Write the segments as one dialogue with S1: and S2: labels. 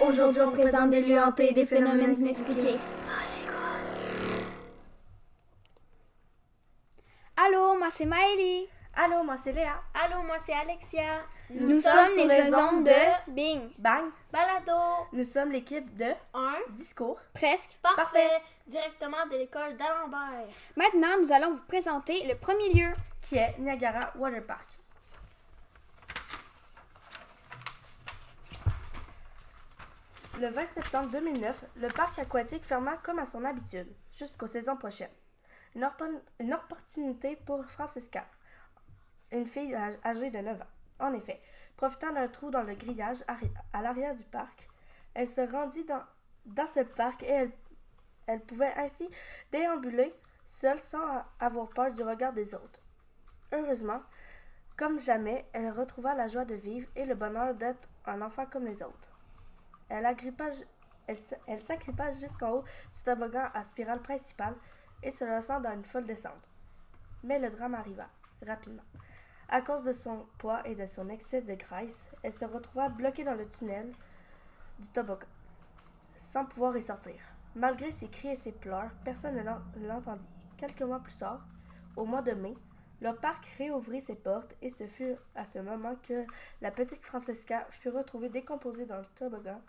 S1: Aujourd'hui, on présente des lieux hantés et des phénomènes inexpliqués.
S2: Allô, moi c'est Maëlie.
S3: Allô, moi c'est Léa.
S4: Allô, moi c'est Alexia.
S1: Nous, sommes les saisons de
S2: Bing.
S3: Bang,
S4: Balado.
S3: nous sommes l'équipe de
S4: Un.
S3: Discours.
S2: Presque.
S4: Parfait.
S3: Parfait.
S4: Directement de l'école d'Alembert.
S2: Maintenant, nous allons vous présenter le premier lieu.
S3: qui est Niagara Water Park. Le 20 septembre 2009, le parc aquatique ferma comme à son habitude, jusqu'aux saisons prochaines. Une, orpo- une opportunité pour Francesca, une fille âg- âgée de 9 ans. En effet, profitant d'un trou dans le grillage arri- à l'arrière du parc, elle se rendit dans, dans ce parc et elle, elle pouvait ainsi déambuler seule sans a- avoir peur du regard des autres. Heureusement, comme jamais, elle retrouva la joie de vivre et le bonheur d'être un enfant comme les autres. Elle, agrippa ju- elle, s- elle s'agrippa jusqu'en haut du toboggan à spirale principale et se lança dans une folle descente. Mais le drame arriva rapidement. À cause de son poids et de son excès de graisse, elle se retrouva bloquée dans le tunnel du toboggan, sans pouvoir y sortir. Malgré ses cris et ses pleurs, personne ne l'en- l'entendit. Quelques mois plus tard, au mois de mai, le parc réouvrit ses portes et ce fut à ce moment que la petite Francesca fut retrouvée décomposée dans le toboggan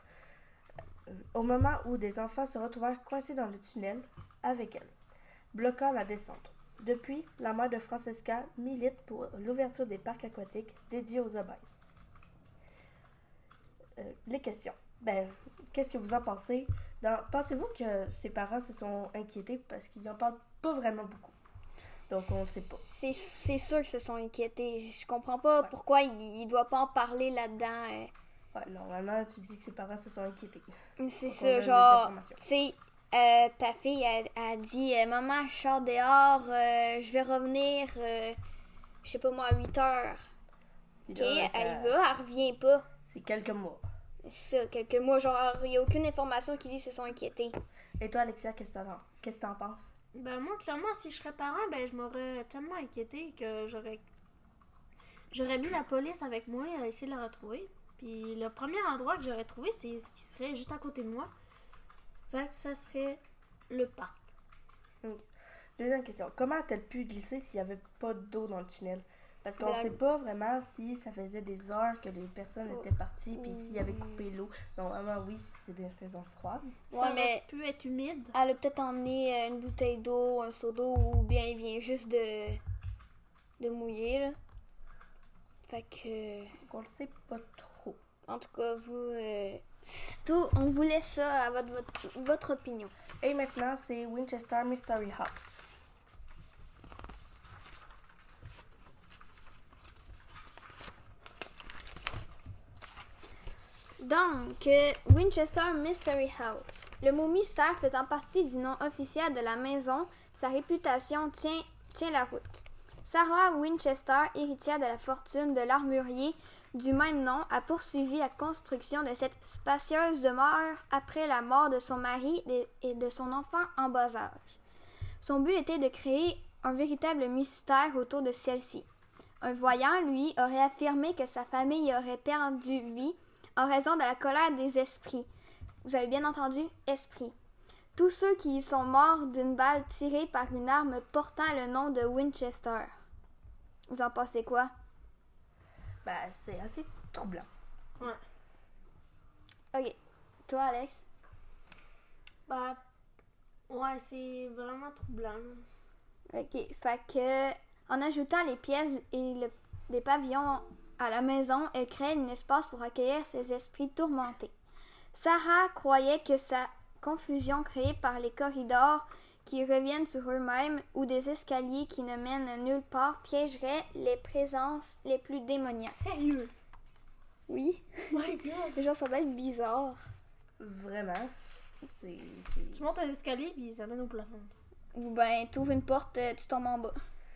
S3: euh, au moment où des enfants se retrouvèrent coincés dans le tunnel avec elle, bloquant la descente. Depuis, la mère de Francesca milite pour l'ouverture des parcs aquatiques dédiés aux obèses. Euh, les questions. Ben, qu'est-ce que vous en pensez? Dans- Pensez-vous que ses parents se sont inquiétés parce qu'ils n'en parlent pas vraiment beaucoup? Donc, on ne sait pas.
S2: C'est c'est sûr qu'ils se sont inquiétés. Je comprends pas pourquoi il, il doit pas en parler là-dedans.
S3: Ouais, normalement, tu dis que ses parents se sont inquiétés.
S2: euh.
S3: Faut
S2: C'est
S3: qu'on
S2: ça,
S3: donne des
S2: genre,
S3: informations.
S2: tu sais, euh, ta fille a, dit euh, Maman, je sors dehors, euh, je vais revenir, euh, je sais pas moi, à 8 heures.
S3: Puis
S2: Ok,
S3: là,
S2: elle
S3: ça-
S2: y va, elle revient pas.
S3: euh, C'est quelques mois.
S2: C'est ça, quelques mois, genre, il y a aucune information qui dit qu'ils se sont inquiétés.
S3: Et toi, Alexia, qu'est-ce que t'en- qu'est-ce que t'en penses?
S4: Ben moi, clairement, si je serais parent, ben je m'aurais tellement inquiété que j'aurais j'aurais mis la police avec moi à essayer de la retrouver. Puis le premier endroit que j'aurais trouvé, c'est ce qui serait juste à côté de moi. Fait que ça serait le parc.
S3: Deuxième question. Comment a-t-elle pu glisser s'il n'y avait pas d'eau dans le tunnel? Parce qu'on ne
S2: Blague.
S3: sait pas vraiment si ça faisait des heures que les personnes
S2: Oh.
S3: étaient parties, puis s'il y avait coupé l'eau. Normalement, oui, si c'est des saisons froides.
S2: Ouais,
S4: ça
S2: mais-
S4: aurait pu être humide.
S2: Elle a peut-être emmené euh, une bouteille d'eau, un seau d'eau, ou bien il vient juste de, de mouiller, là. Fait que,
S3: Donc, on le sait pas trop.
S2: en tout cas, vous, euh, c'est tout, on vous laisse ça à votre, votre, votre opinion.
S3: Et maintenant, c'est Winchester Mystery House.
S2: Donc, euh, Winchester Mystery House. Le mot mystère faisant partie du nom officiel de la maison, sa réputation tient, tient la route. Sarah Winchester, héritière de la fortune de l'armurier du même nom, a poursuivi la construction de cette spacieuse demeure après la mort de son mari et- et de son enfant en bas âge. Son but était de créer un véritable mystère autour de celle-ci. Un voyant, lui, aurait affirmé que sa famille aurait perdu vie en raison de la colère des esprits. Vous avez bien entendu, esprits. Tous ceux qui y sont morts d'une balle tirée par une arme portant le nom de Winchester. Vous en pensez quoi?
S3: Ben, c'est assez troublant.
S4: Ouais.
S2: Ok. Toi, Alex?
S4: Ben, ouais, c'est vraiment troublant.
S2: Ok. Fait que, en ajoutant les pièces et le- des pavillons à la maison, elle crée un espace pour accueillir ces esprits tourmentés. Sarah croyait que sa confusion créée par les corridors qui reviennent sur eux-mêmes ou des escaliers qui ne mènent nulle part piégerait les présences les plus démoniaques.
S4: Sérieux? Oh
S2: Oui,
S4: My God.
S2: les gens sont d'être bizarres.
S3: Vraiment. C'est.
S4: Tu
S3: c'est-
S4: montes un escalier puis ça mène au plafond.
S2: Ou ben, t'ouvres une porte, euh, tu tombes en bas.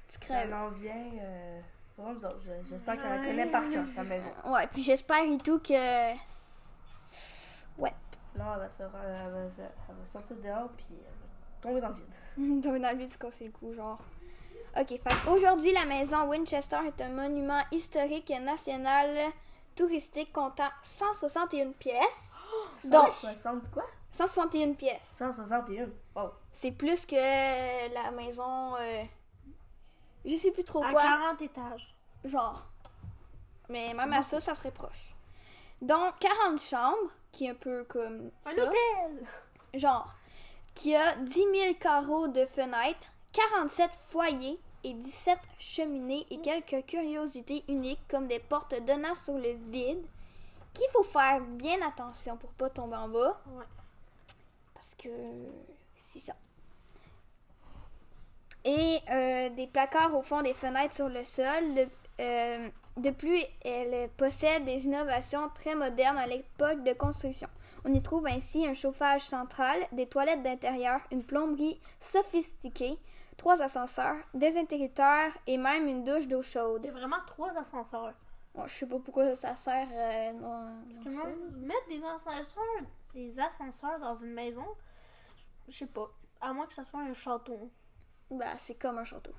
S2: Tu
S3: Ça
S2: crèves.
S3: en vient. euh, pour nous autres. Je- J'espère qu'elle la connaît par cœur, sa maison.
S2: Ouais, puis j'espère et tout que. Ouais,
S3: Non, elle va, se- elle va se- elle va sortir dehors puis elle va tomber dans le vide.
S2: dans une envie, c'est casser le cou, genre. Ok, fait aujourd'hui, la maison Winchester est un monument historique national touristique comptant 161 pièces. Donc.
S3: 60 quoi
S2: 161 pièces.
S3: 161. Wow.
S2: C'est plus que la maison. euh, je sais plus trop
S4: À
S2: quoi.
S4: 40 étages.
S2: Genre. Mais même à ça, ça serait proche. Donc, 40 chambres, qui est un peu comme
S4: Un
S2: ça.
S4: hôtel!
S2: Genre, qui a 10 000 carreaux de fenêtres, 47 foyers et 17 cheminées et quelques curiosités uniques comme des portes donnant sur le vide, qu'il faut faire bien attention pour pas tomber en bas.
S4: Ouais.
S2: Parce que c'est ça. Et euh, des placards au fond des fenêtres sur le sol. Le- euh, de plus, elle possède des innovations très modernes à l'époque de construction. On y trouve ainsi un chauffage central, des toilettes d'intérieur, une plomberie sophistiquée, trois ascenseurs, des interrupteurs et même une douche d'eau
S4: Il y
S2: chaude.
S4: a vraiment trois ascenseurs.
S2: Bon, je sais pas pourquoi ça sert euh, dans- dans ça.
S4: Comment mettre des ascenseurs, des ascenseurs dans une maison? Je sais pas. À moins que ça soit un château.
S2: Bah, c'est comme un château.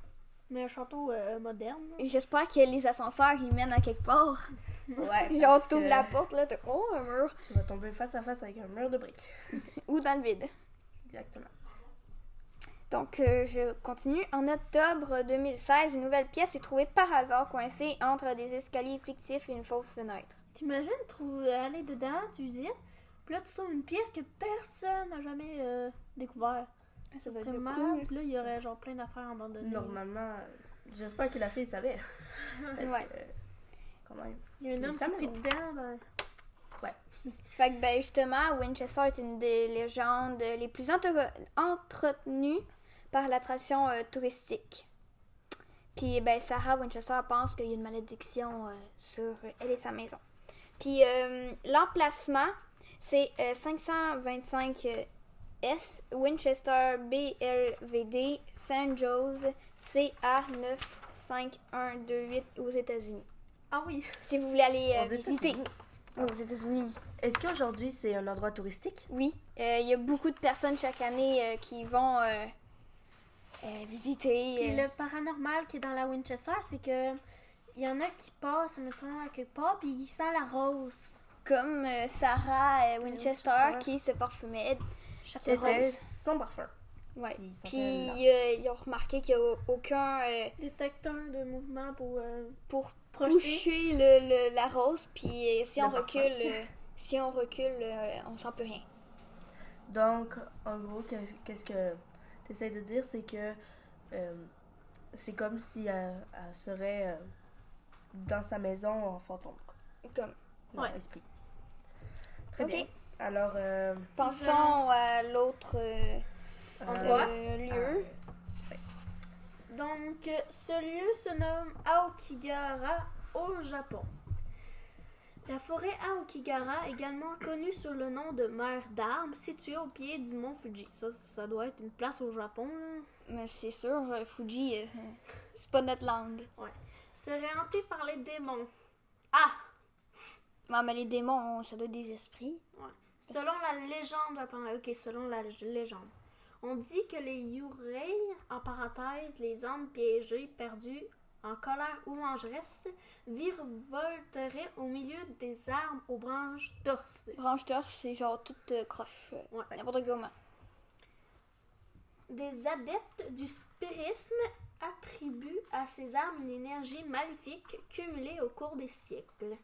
S4: Mais un château euh, moderne. là.
S2: J'espère que les ascenseurs ils mènent à quelque part.
S3: Ouais.
S2: Genre,
S3: parce
S2: t'ouvres
S3: que
S2: la porte là, t'es- oh un mur
S3: Tu vas tomber face à face avec un mur de briques.
S2: ou dans le vide.
S3: Exactement.
S2: Donc, euh, je continue. En octobre 2016, une nouvelle pièce est trouvée par hasard coincée entre des escaliers fictifs et une fausse fenêtre.
S4: T'imagines trouver- aller dedans, tu dis, puis là tu trouves une pièce que personne n'a jamais euh, découvert. Ça
S2: va
S4: serait
S2: être
S4: malade,
S2: cool.
S4: puis là il y aurait genre plein d'affaires
S2: Mm.
S4: abandonnées.
S3: Normalement, euh, j'espère que la fille savait. Parce que,
S2: Ouais.
S3: euh, quand même.
S4: Il y a un
S3: Mais
S4: homme qui
S3: ça,
S4: est pris
S3: non.
S4: dedans, ben,
S2: Fait que, ben, justement, Winchester est une des légendes les plus entre- entretenues par l'attraction euh, touristique. Puis, ben, Sarah Winchester pense qu'il y a une malédiction euh, sur elle et sa maison. Puis, euh, l'emplacement, c'est euh, 525S euh, Winchester BLVD St. Joe's CA95128 aux États-Unis.
S4: Ah oui,
S2: Si vous voulez aller euh,
S3: Aux
S2: visiter.
S3: États-Unis.
S2: Oui, aux États-Unis.
S3: Est-ce qu'aujourd'hui c'est un endroit touristique
S2: Oui, euh, il y a beaucoup de personnes chaque année euh, qui vont euh, euh, visiter.
S4: Puis
S2: euh,
S4: le paranormal qui est dans la Winchester, c'est que il y en a qui passent, mettons, à quelque part, puis ils sentent la rose.
S2: Comme euh, Sarah euh, Winchester
S4: Winchester.
S2: qui se parfumait.
S4: Chapeau
S3: C'était
S4: rose.
S3: sans parfum.
S2: Ouais.
S3: Puis ils sont
S2: Puis
S3: tellement-
S2: euh, ils ont remarqué qu'il n'y a aucun euh,
S4: Détecteur de mouvement pour, euh,
S2: pour
S4: projeter.
S2: toucher le, le- la rose. Puis euh, si,
S3: Le
S2: on
S3: parfum.
S2: recule, euh, si on recule, euh, on sent plus rien.
S3: Donc, en gros, que- qu'est-ce que tu essaies de dire, c'est que euh, c'est comme si elle, elle serait euh, dans sa maison en fantôme. quoi.
S2: Comme.
S3: Non,
S4: Ouais.
S3: esprit. Très
S2: Ok.
S3: bien. Alors, euh,
S2: Pensons à l'autre euh,
S4: Endroit.
S2: euh, lieu.
S4: Donc, euh, ce lieu se nomme Aokigahara au Japon. La forêt Aokigahara, également connue sous le nom de mer d'armes, située au pied du mont Fuji. Ça, ça doit être une place au Japon. là.
S2: Mais c'est sûr, euh, Fuji, euh, c'est pas notre langue.
S4: Serait hantée par les démons. Ah!
S2: Non, mais les démons, ça doit être des esprits.
S4: Selon la légende japonaise, ok, selon la lég- légende, on dit que les yurei, en parenthèse, les âmes piégées, perdues, en colère ou vengeresse, virevolteraient au milieu des arbres aux branches torsées.
S2: Branche torche, c'est genre toute euh, croche. euh,
S4: Ouais.
S2: N'importe comment.
S4: Des adeptes du spirisme attribuent à ces armes une énergie maléfique cumulée au cours des siècles.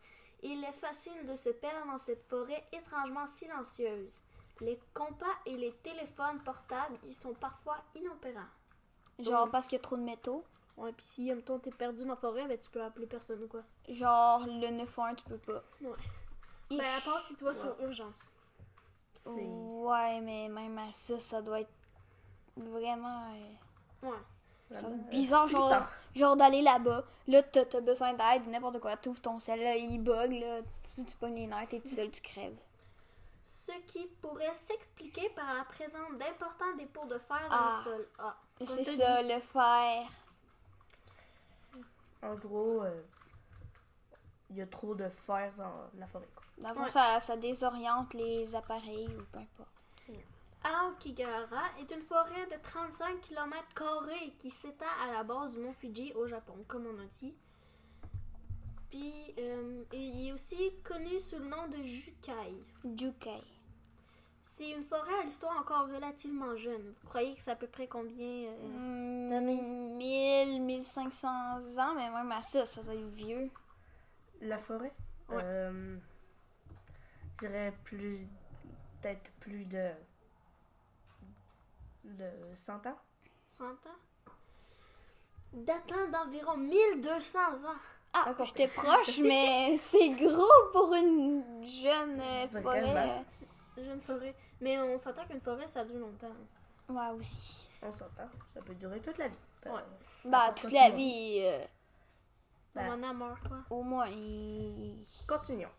S4: Il est facile de se perdre dans cette forêt étrangement silencieuse. Les compas et les téléphones portables y sont parfois inopérants.
S2: Genre
S4: Ouais.
S2: parce qu'il y a trop de métaux.
S4: Ouais, puis si, mettons, t'es perdu dans la forêt, ben, tu peux appeler personne ou quoi.
S2: Genre le 911, tu peux pas.
S4: Ouais.
S2: Ich.
S4: Ben, à part si tu vas sur urgence.
S3: c'est.
S2: Ouais, mais même à ça, ça doit être vraiment. euh,
S4: Ouais. Ben,
S2: ça doit
S3: vraiment,
S2: être bizarre,
S3: euh,
S2: genre,
S3: flippant.
S2: genre d'aller là-bas. Là, t'as t'as besoin d'aide, n'importe quoi. T'ouvres ton sel, là, il bug, là. Si tu pognes les nerfs, t'es tout seul, tu crèves.
S4: Ce qui pourrait s'expliquer par la présence d'importants dépôts de fer dans
S2: Ah.
S4: le sol. Ah, comme
S2: C'est
S4: t'as
S2: ça,
S4: dit.
S2: le fer.
S3: En gros, euh, il y a trop de fer dans la forêt. quoi.
S2: Dans le fond,
S4: Ouais.
S2: ça, ça désoriente les appareils ou peu importe.
S4: Aokigahara est une forêt de 35 km qui s'étend à la base du mont Fuji au Japon, comme on a dit. Puis, euh, il est aussi connu sous le nom de Jukai.
S2: Jukai.
S4: C'est une forêt à l'histoire encore relativement jeune. Vous croyez que c'est à peu près combien euh,
S2: Mm. Donné. 1000, 1500 ans, mais même à ça, ça doit être vieux.
S3: La forêt
S4: Ouais.
S3: Euh, J'irais plus. Peut-être plus de. de 100 ans
S4: 100 ans Datant d'environ 1200 ans.
S2: Ah,
S3: Encore
S2: j'étais proche, mais c'est gros pour une jeune euh, forêt.
S4: hein.
S3: Vraiment.
S4: Jeune forêt. Mais on s'entend qu'une forêt, ça dure longtemps.
S2: Ouais, aussi.
S3: On s'entend. Ça peut durer toute la vie. Ben,
S4: Ouais.
S2: Bah,
S3: Encore
S2: toute la
S3: continuons.
S2: vie, euh,
S3: Ben.
S4: On en a marre, quoi.
S2: au moins. il-
S3: Continuons.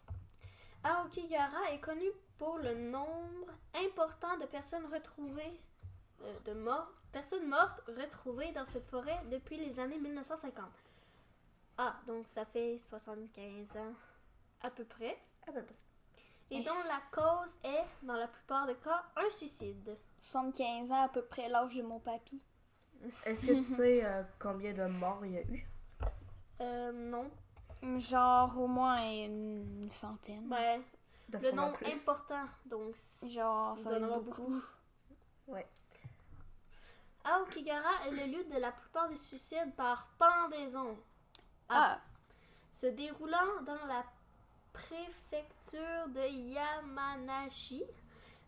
S4: Aokigahara est connu pour le nombre important de personnes retrouvées, euh, de morts, personnes mortes retrouvées dans cette forêt depuis les années 1950. Ah, donc ça fait 75 ans à peu près.
S3: À peu près.
S4: Et
S2: Mais
S4: dont
S2: c'est-
S4: la cause est, dans la plupart des cas, un suicide.
S2: 75 ans à peu près, l'âge de mon papy.
S3: Est-ce que tu sais euh, combien de morts il y a eu
S4: Euh, non.
S2: Genre, au moins une centaine.
S4: Ben,
S3: De
S4: le
S3: fois en
S4: nombre
S3: plus.
S4: important, donc.
S2: Genre,
S4: Il
S2: ça va
S4: doit en
S2: être
S4: avoir
S2: beaucoup.
S4: Aokigahara est le lieu de la plupart des suicides par pendaison.
S2: Ah,
S4: se déroulant dans la préfecture de Yamanashi,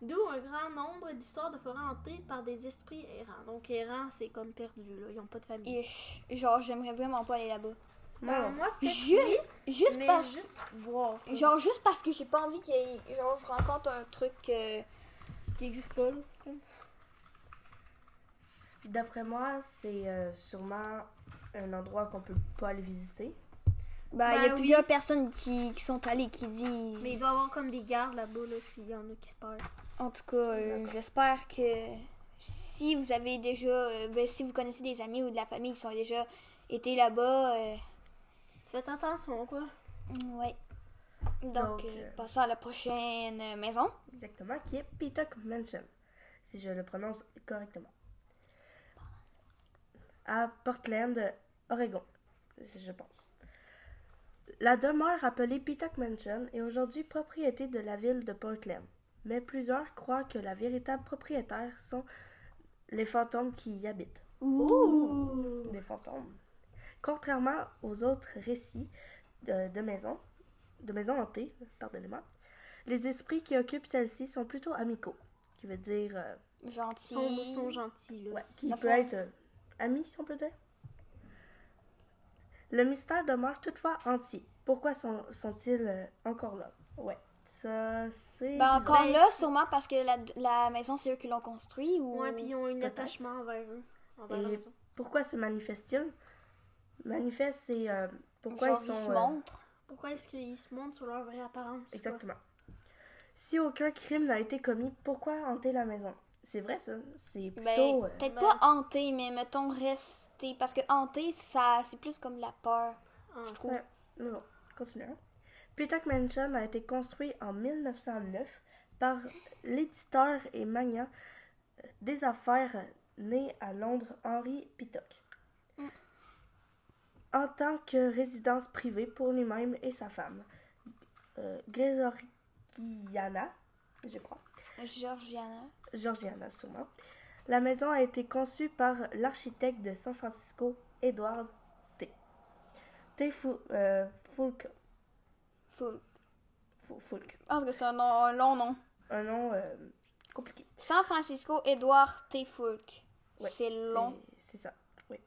S4: d'où un grand nombre d'histoires de forêts hantées par des esprits errants. Donc errants, c'est comme perdu, là. ils n'ont pas de famille.
S2: ich. genre, j'aimerais vraiment pas aller là-bas.
S4: Ben,
S3: Non, non.
S4: moi, peut-être
S2: Ju-
S4: oui,
S2: Juste
S4: mais
S2: parce.
S4: juste voir.
S2: Genre, juste parce que j'ai pas envie qu'il y ait. Genre, je rencontre un truc euh, qui existe pas, là.
S3: D'après moi, c'est euh, sûrement un endroit qu'on peut pas aller visiter.
S2: Bah, il y a
S4: Ben oui.
S2: plusieurs personnes qui, qui sont allées qui disent.
S4: Mais il doit y avoir comme des gardes là-bas, là, s'il y en a qui se perdent.
S2: En tout cas, euh, j'espère que si vous avez déjà. euh, ben, si vous connaissez des amis ou de la famille qui sont déjà été là-bas, euh,
S4: Faites attention, quoi.
S2: ouais. Donc,
S3: Donc,
S2: euh,
S3: euh,
S2: passons à la prochaine euh, maison.
S3: Exactement, qui est Peacock Mansion, si je le prononce correctement. À Portland, Oregon, je pense. La demeure appelée Peacock Mansion est aujourd'hui propriété de la ville de Portland. Mais plusieurs croient que la véritable propriétaire sont les fantômes qui y habitent. Des fantômes. Contrairement aux autres récits de, de maisons, de maisons hantées, pardonnez-moi, les esprits qui occupent celle-ci sont plutôt amicaux, qui veut dire euh,
S2: Gentil.
S4: Ils sont, ils sont gentils, là.
S3: ouais, qui
S2: La
S3: peut
S2: foi.
S3: être euh, ami si on peut dire. Le mystère demeure toutefois entier. Pourquoi sont- sont-ils euh, encore là Ouais, ça c'est
S2: Ben,
S3: bizarre.
S2: encore là, sûrement parce que la, la maison, c'est eux qui l'ont construit ou.
S4: Ouais, puis ils ont un
S3: Peut-être.
S4: attachement envers eux. Envers
S3: Et-
S4: la maison.
S3: Pourquoi se manifestent-ils Manifeste, c'est euh, pourquoi
S2: genre,
S3: ils sont
S2: se
S3: euh,
S2: montrent.
S4: Pourquoi est-ce qu'ils se montrent sur leur vraie apparence? quoi?
S3: Exactement. Si aucun crime n'a été commis, pourquoi hanter la maison C'est vrai ça, c'est
S2: Ben,
S3: plutôt euh,
S2: peut-être
S4: ben-
S2: pas hanté, mais mettons resté. Parce que hanté, ça, c'est plus comme la peur,
S4: Ah.
S2: je trouve.
S3: Ouais. Mais bon, continuons. Peacock hein. Mansion a été construit en 1909 par l'éditeur et magnat euh, des affaires né à Londres, Henry Peacock. En tant que résidence privée pour lui-même et sa femme, euh, Gregoriana, je crois,
S2: Euh, Georgiana.
S3: Georgiana sûrement. La maison a été conçue par l'architecte de San Francisco, Edward T. T. Fu- euh, Fulk.
S2: Full.
S3: Fu- Fulk.
S2: Ah, parce que c'est un, nom- un long nom.
S3: Un nom euh, compliqué.
S2: San Francisco Edward T. Fulk.
S3: Ouais,
S2: c'est long.
S3: C'est ça, oui.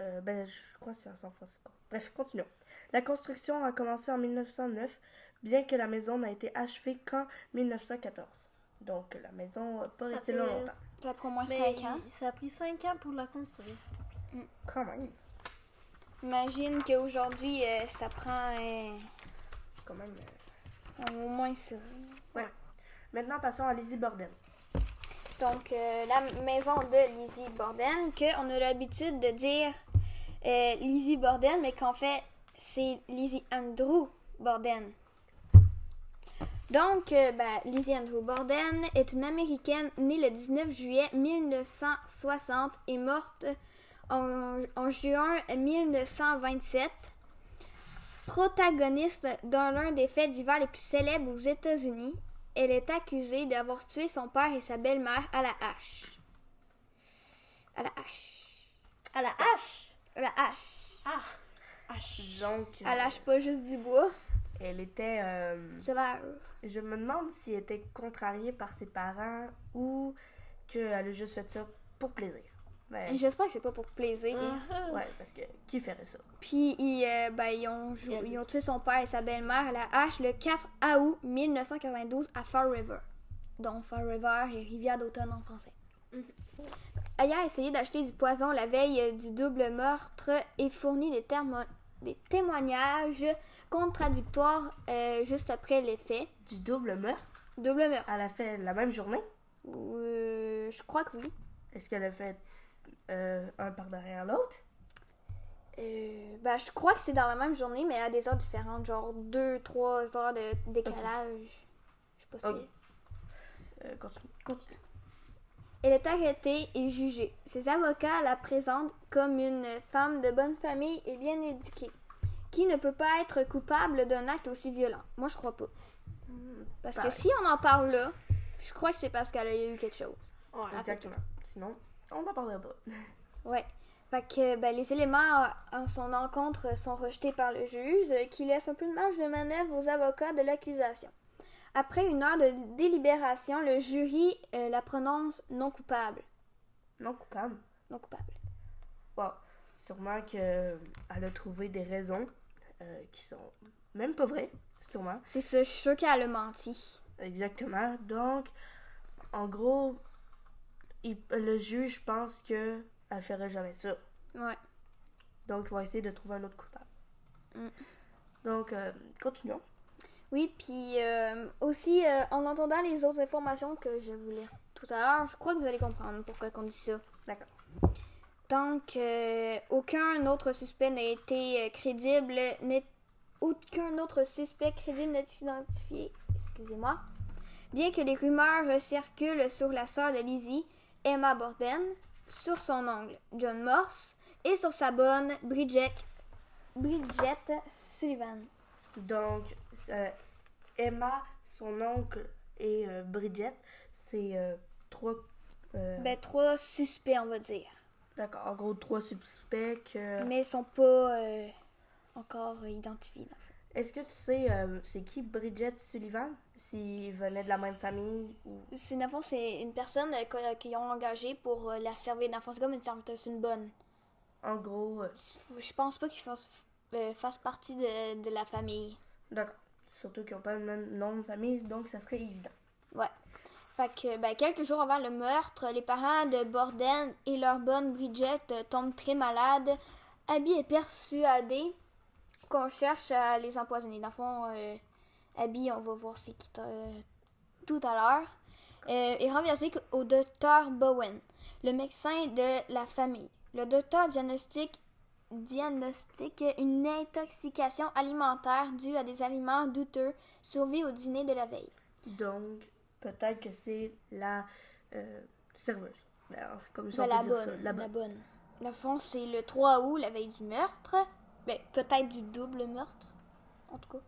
S3: Euh, ben, je crois que c'est à San Francisco. Bref, continuons. La construction a commencé en 1909, bien que la maison n'a été achevée qu'en 1914. Donc, la maison n'a pas
S4: Ça
S3: resté
S4: fait-
S3: là longtemps.
S2: Ça prend au moins
S4: Mais
S2: 5 ans.
S4: il- ça a pris 5 ans pour la construire.
S3: Quand même.
S2: Imagine qu'aujourd'hui, euh, ça prend euh,
S3: Quand même. euh,
S2: au moins ça.
S3: Maintenant, passons à Lizzie Borden.
S2: Donc, euh, la maison de Lizzie Borden, qu'on a l'habitude de dire euh, Lizzie Borden, mais qu'en fait, c'est Lizzie Andrew Borden. Donc, euh, ben, Lizzie Andrew Borden est une Américaine née le 19 juillet 1960 et morte en, en juin 1927. Protagoniste dans l'un des faits divers les plus célèbres aux États-Unis, elle est accusée d'avoir tué son père et sa belle-mère à la hache. À la hache.
S4: À la hache.
S2: À la hache.
S4: Ah. Hache.
S3: Donc, euh,
S2: À la hache, pas juste du bois.
S3: elle était. euh,
S2: Sévère.
S3: je me demande si elle était contrariée par ses parents ou qu'elle a juste fait ça pour plaisir. Ben,
S2: Et J'espère que c'est pas pour plaisir.
S4: Mm.
S3: ouais, parce que qui ferait ça?
S2: Puis ils, euh, ben, ils ont jou-
S4: Yeah.
S2: ils ont tué son père et sa belle-mère à la hache le 4 août 1992 à Far River. Donc Far River et Rivière d'automne en français. Aya a essayé d'acheter du poison la veille euh, du double meurtre et fournit des, termo- des témoignages contradictoires euh, juste après les faits.
S3: Du double meurtre?
S2: Double meurtre.
S3: Elle a fait la même journée?
S2: Euh, je crois que oui.
S3: Est-ce qu'elle a fait euh, un par derrière l'autre?
S2: Euh, ben, je crois que c'est dans la même journée, mais à des heures différentes, genre 2-3 heures de décalage. Je sais pas sûre.
S3: Ok. Euh, continue. Continue.
S2: Elle est arrêtée et jugée. Ses avocats la présentent comme une femme de bonne famille et bien éduquée, qui ne peut pas être coupable d'un acte aussi violent. Moi, je crois pas. Parce que
S3: pareil.
S2: si on en parle là, je crois que c'est parce qu'elle a eu quelque chose.
S4: Ouais.
S3: Exactement. Sinon, on n'en parlera pas.
S2: Ouais. Fait que ben, les éléments en son encontre sont rejetés par le juge, euh, qui laisse un peu de marge de manœuvre aux avocats de l'accusation. Après une heure de délibération, le jury euh, la prononce non coupable.
S3: Non coupable.
S2: Non coupable.
S3: Bon, sûrement qu'elle a trouvé des raisons euh, qui sont même pas vraies, sûrement.
S2: C'est ce choc qu'elle a menti.
S3: Exactement. Donc, en gros, il- le juge pense que elle ferait jamais ça.
S2: Ouais.
S3: Donc, ils vont essayer de trouver un autre coupable.
S2: Mm.
S3: Donc, euh, continuons.
S2: Oui, puis euh, aussi, euh, en entendant les autres informations que je vais vous lire tout à l'heure, je crois que vous allez comprendre pourquoi on dit ça.
S3: D'accord.
S2: Donc, euh, aucun autre suspect n'a été euh, crédible, n'est- aucun autre suspect crédible n'est identifié, excusez-moi. Bien que des rumeurs euh, circulent sur la sœur de Lizzie, Emma Borden, sur son oncle, John Morse, et sur sa bonne, Bridget, Bridget Sullivan.
S3: Donc, euh, Emma, son oncle et euh, Bridget, c'est euh, trois. euh,
S2: Ben, trois suspects, on va dire.
S3: D'accord, en gros, trois suspects. que-
S2: Mais ils sont pas euh, encore identifiés. dans le fond.
S3: Est-ce que tu sais, euh, c'est qui Bridget Sullivan S'ils venaient de la même famille ou...
S2: C'est, dans le fond, c'est une personne euh, qu'on- qu'ils ont engagée pour euh, la servir. Dans le fond, c'est comme une serviteuse, une bonne.
S3: En gros, euh,
S2: Je pense pas qu'ils fassent, euh, fassent partie de, de la famille.
S3: d'accord. Surtout qu'ils n'ont pas le même nom de famille, donc ça serait évident.
S2: Ouais. Fait que, ben, quelques jours avant le meurtre, les parents de Borden et leur bonne Bridget euh, tombent très malades. Abby est persuadée qu'on cherche à les empoisonner. Dans le fond, euh, Abby, on va voir c'est qui t'a- euh, tout à l'heure, euh, est renversée au docteur Bowen, le médecin de la famille. Le docteur diagnostique diagnostique une intoxication alimentaire due à des aliments douteux survie au dîner de la veille.
S3: Donc, peut-être que c'est la euh, serveuse. Alors, comme ça,
S2: Ben,
S3: on
S2: la,
S3: peut dire
S2: bonne,
S3: ça.
S2: la
S3: La
S2: bonne.
S3: bonne.
S2: Dans le fond, c'est le 3 août, la veille du meurtre. Ben, peut-être du double meurtre. En tout cas.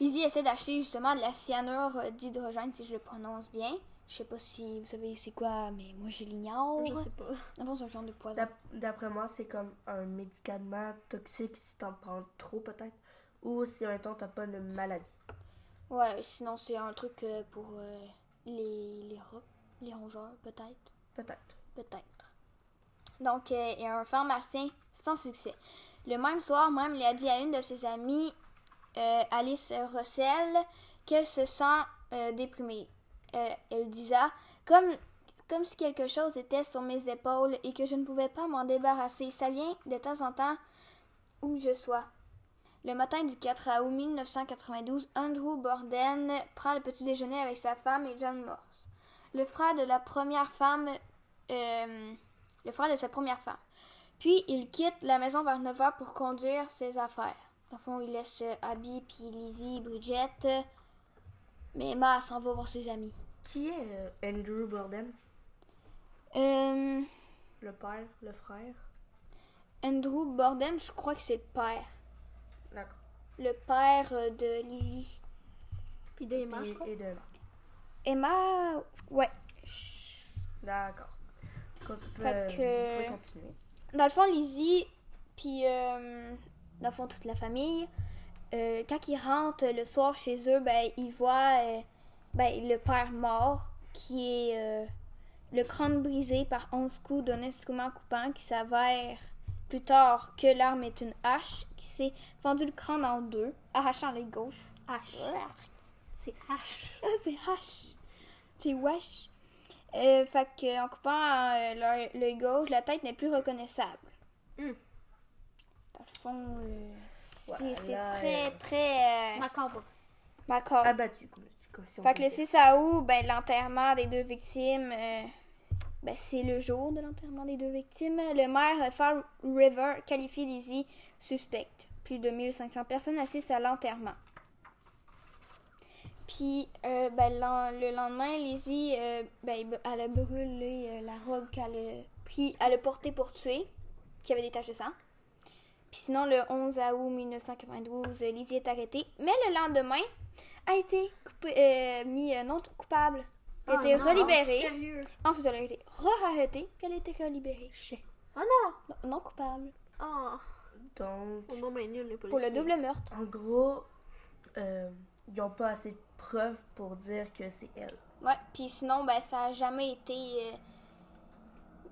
S2: Lizzie essaie d'acheter justement de la cyanure euh, d'hydrogène, si je le prononce bien. Je sais pas si vous savez c'est quoi, mais moi je l'ignore.
S4: Je sais pas.
S2: Dans le fond, c'est un genre de poison.
S3: D'ap- D'après moi, c'est comme un médicament toxique si t'en prends trop, peut-être. Ou si, mettons, t'as pas de maladie.
S2: Ouais, sinon c'est un truc euh, pour euh, les, les rats, les rongeurs, peut-être.
S3: Peut-être.
S2: Peut-être. Donc, euh, et un pharmacien sans succès. Le même soir, même, il a dit à une de ses amies, euh, Alice Russell, qu'elle se sent euh, déprimée. Euh, elle disait comme, comme si quelque chose était sur mes épaules et que je ne pouvais pas m'en débarrasser. Ça vient de temps en temps où je sois. Le matin du 4 août 1992, Andrew Borden prend le petit déjeuner avec sa femme et John Morse, le frère de la première femme euh, le frère de sa première femme. Puis il quitte la maison vers 9 h pour conduire ses affaires. Dans le fond, il laisse euh, Abby, puis Lizzie, Bridget. euh, Mais Emma elle s'en va voir ses amis.
S3: Qui est euh, Andrew Borden
S2: Euh,
S3: Le père, le frère
S2: Andrew Borden, je crois que c'est le père.
S3: D'accord.
S2: Le père euh, de Lizzie.
S4: Puis des marches,
S3: Et,
S4: quoi.
S3: et de...
S2: Emma, ouais.
S3: D'accord. Con-
S2: Fait
S3: vous
S2: que-
S3: pouvez continuer.
S2: Dans le fond, Lizzie, puis euh, dans le fond, toute la famille, euh, quand ils rentrent le soir chez eux, ben, ils voient euh, ben, le père mort, qui est euh, le crâne brisé par 11 coups d'un instrument coupant qui s'avère plus tard que l'arme est une hache qui s'est fendu le crâne en deux, arrachant l'œil gauche.
S4: H. C'est H.
S2: Ah, c'est hache. C'est wesh. Euh, fait qu'en coupant euh, l'œil l'œil gauche, la tête n'est plus reconnaissable.
S4: Hmm.
S2: Dans le fond, euh, c'est
S3: Ouais,
S2: c'est
S3: là,
S2: très,
S3: euh,
S2: très euh,
S4: Macabre.
S2: macabre.
S3: Abattu, comme comme si on
S2: fait que le
S3: disait.
S2: 6 août, ben, l'enterrement des deux victimes, euh, ben, c'est le jour de l'enterrement des deux victimes. Le maire euh, Fall River qualifie Lizzie suspecte. Plus de 1500 personnes assistent à l'enterrement. Puis, euh, ben, l'en- le lendemain, Lizzie, euh, ben, elle a brûlé euh, la robe qu'elle a, pris- elle a portée pour tuer, qui avait des taches de sang. Puis sinon, le 11 août 1992, euh, Lizzie est arrêtée. Mais le lendemain, a été coupé- euh, mis euh, non coupable. Elle a été
S4: Ah, non,
S2: relibérée.
S4: Sérieux.
S2: Ensuite, elle a été re-arrêtée, puis elle a été relibérée.
S4: Oh non.
S2: Non, non coupable.
S4: Oh.
S3: Donc,
S4: Au moment nul, les policiers.
S2: Pour le double meurtre.
S3: en gros, euh, ils n'ont pas assez de preuves pour dire que c'est elle.
S2: Ouais, puis sinon, ben, ça a jamais été. euh,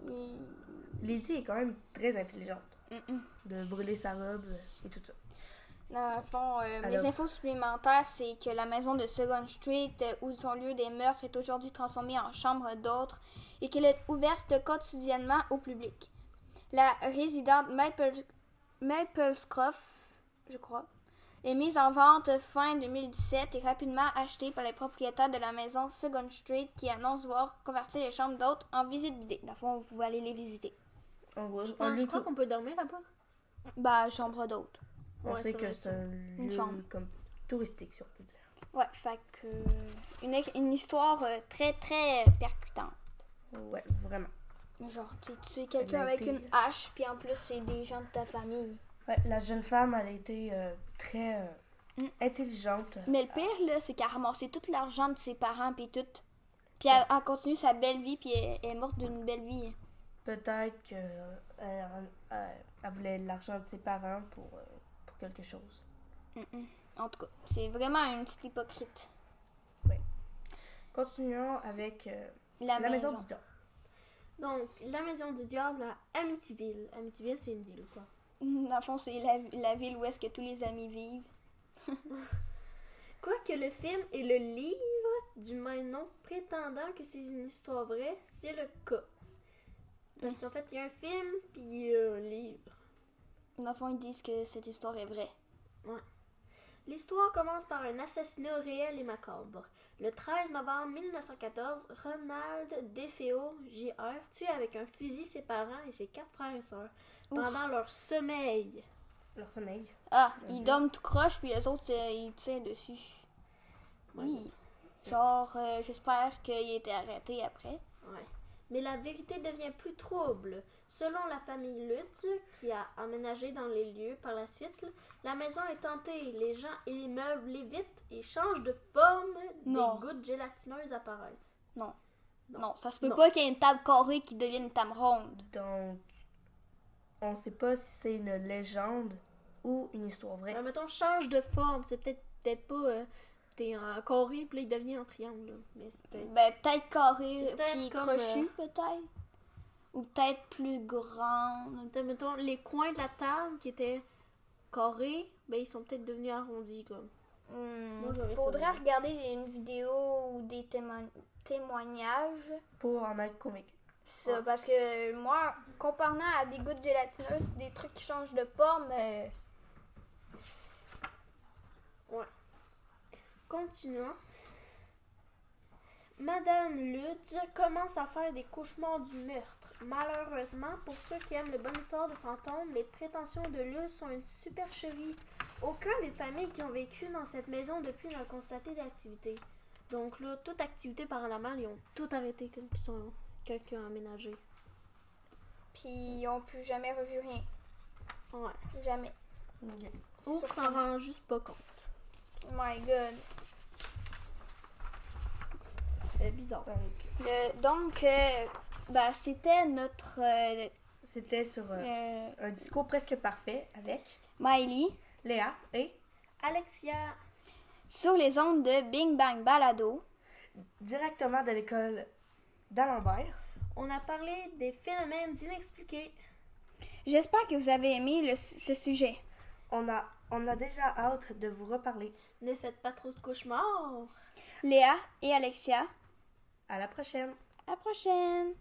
S2: il-
S3: Lizzie est quand même très intelligente
S2: Mm-mm.
S3: de brûler sa robe et tout ça.
S2: Dans le fond, euh, les
S3: Alors-
S2: infos supplémentaires, c'est que la maison de Second Street, euh, où sont lieu des meurtres, est aujourd'hui transformée en chambre d'hôtes et qu'elle est ouverte quotidiennement au public. La résidente Maple, Maplescroft, je crois, est mise en vente fin 2017 et rapidement achetée par les propriétaires de la maison Second Street qui annoncent vouloir convertir les chambres d'hôtes en visite guidée. Dans le fond, vous pouvez aller les visiter.
S3: En gros, on,
S4: Non, Ah, je
S3: lui-
S4: crois qu'on peut dormir là-bas.
S2: Bah, chambre d'hôtes.
S3: on
S4: Ouais,
S3: sait
S4: ça
S3: que
S4: va
S3: c'est un lieu
S2: chambre.
S3: comme touristique, si on peut dire.
S2: Ouais, fait que. euh, Une, une histoire euh, très très percutante.
S3: Ouais, vraiment.
S2: Genre, tu tues
S3: Elle
S2: quelqu'un
S3: a
S2: avec
S3: été-
S2: une hache, puis en plus, c'est des gens de ta famille.
S3: Ouais, la jeune femme, elle a été euh, très euh,
S2: Mm.
S3: intelligente.
S2: Mais le pire, là, c'est qu'elle a ramassé tout l'argent de ses parents, puis tout. Puis elle, elle continue sa belle vie, puis elle, elle est morte d'une belle vie.
S3: Peut-être que euh, elle, elle- elle voulait l'argent de ses parents pour, euh, pour quelque chose.
S2: Mm-mm. En tout cas, c'est vraiment une petite hypocrite.
S3: Continuons avec euh,
S2: La,
S3: la
S2: maison.
S3: maison du temps.
S4: Donc, la maison du diable à Amityville. Amityville, c'est une ville, quoi.
S2: Dans le fond, c'est la, la ville où est-ce que tous les amis vivent.
S4: Quoique le film et le livre du même nom prétendant que c'est une histoire vraie, c'est le cas. Parce qu'en fait, il y a un film, puis il y a un livre.
S2: Dans le fond, ils disent que cette histoire est vraie.
S4: L'histoire commence par un assassinat réel et macabre. Le 13 novembre 1914, Ronald DeFeo Jr. tue avec un fusil ses parents et ses quatre frères et sœurs pendant leur sommeil.
S3: Leur sommeil.
S2: Ah, ils dorment tout croche, puis les autres, euh, ils tirent dessus. Oui. Genre, euh, j'espère qu'il a été arrêté après.
S4: Ouais. Mais la vérité devient plus trouble. Selon la famille Lutz, qui a emménagé dans les lieux par la suite, la maison est hantée, les gens et les meubles lévitent et changent de forme,
S2: Non.
S4: des gouttes gélatineuses apparaissent.
S2: Non.
S4: Non.
S2: Non, ça se peut
S4: Non.
S2: pas qu'il y ait une table carrée qui devienne une table ronde.
S3: Donc, on sait pas si c'est une légende ou une histoire vraie.
S4: Alors, mettons, change de forme, c'est peut-être peut-être pas... euh, T'es en carré, puis là, il devient en triangle. là. Mais c'est peut-être...
S2: Ben, peut-être carrée
S4: Peut-être
S2: puis
S4: comme, euh,
S2: crochue, peut-être. Ou peut-être plus grande.
S4: Mettons, mettons, les coins de la table qui étaient carrés, ben, ils sont peut-être devenus arrondis, comme.
S2: Hmm,
S4: Moi, j'aurais
S2: faudrait
S4: ça.
S2: regarder une vidéo ou des témo- témoignages.
S3: Pour en être convaincu.
S2: Ça, Parce que moi, comparant à des gouttes gélatineuses, des trucs qui changent de forme, euh,
S4: Continuons. Madame Lutz commence à faire des cauchemars du meurtre. Malheureusement, pour ceux qui aiment les bonnes histoires de fantômes, les prétentions de Lutz sont une supercherie. Aucun des familles qui ont vécu dans cette maison depuis n'a constaté d'activité. Donc là, toute activité paranormale, ils ont tout arrêté quand ils sont- quand ils ont aménagé.
S2: puis on peut jamais revu rien.
S4: Ouais.
S2: Jamais.
S3: Ok.
S4: Ou
S2: Surtout-
S4: s'en rend juste pas compte.
S2: Oh my god.
S4: euh, bizarre.
S3: Donc,
S2: Le- donc, euh, bah, c'était notre euh,
S3: c'était sur euh,
S2: euh,
S3: un discours presque parfait avec
S2: Miley
S3: Léa et
S4: Alexia,
S2: sur les ondes de Bing Bang Balado.
S3: directement de l'école d'Alembert.
S4: on a parlé des phénomènes inexpliqués.
S2: J'espère que vous avez aimé le- ce sujet.
S3: On a, on a déjà hâte de vous reparler.
S4: Ne faites pas trop de cauchemars.
S2: Léa et Alexia,
S3: À la prochaine!
S2: à la prochaine!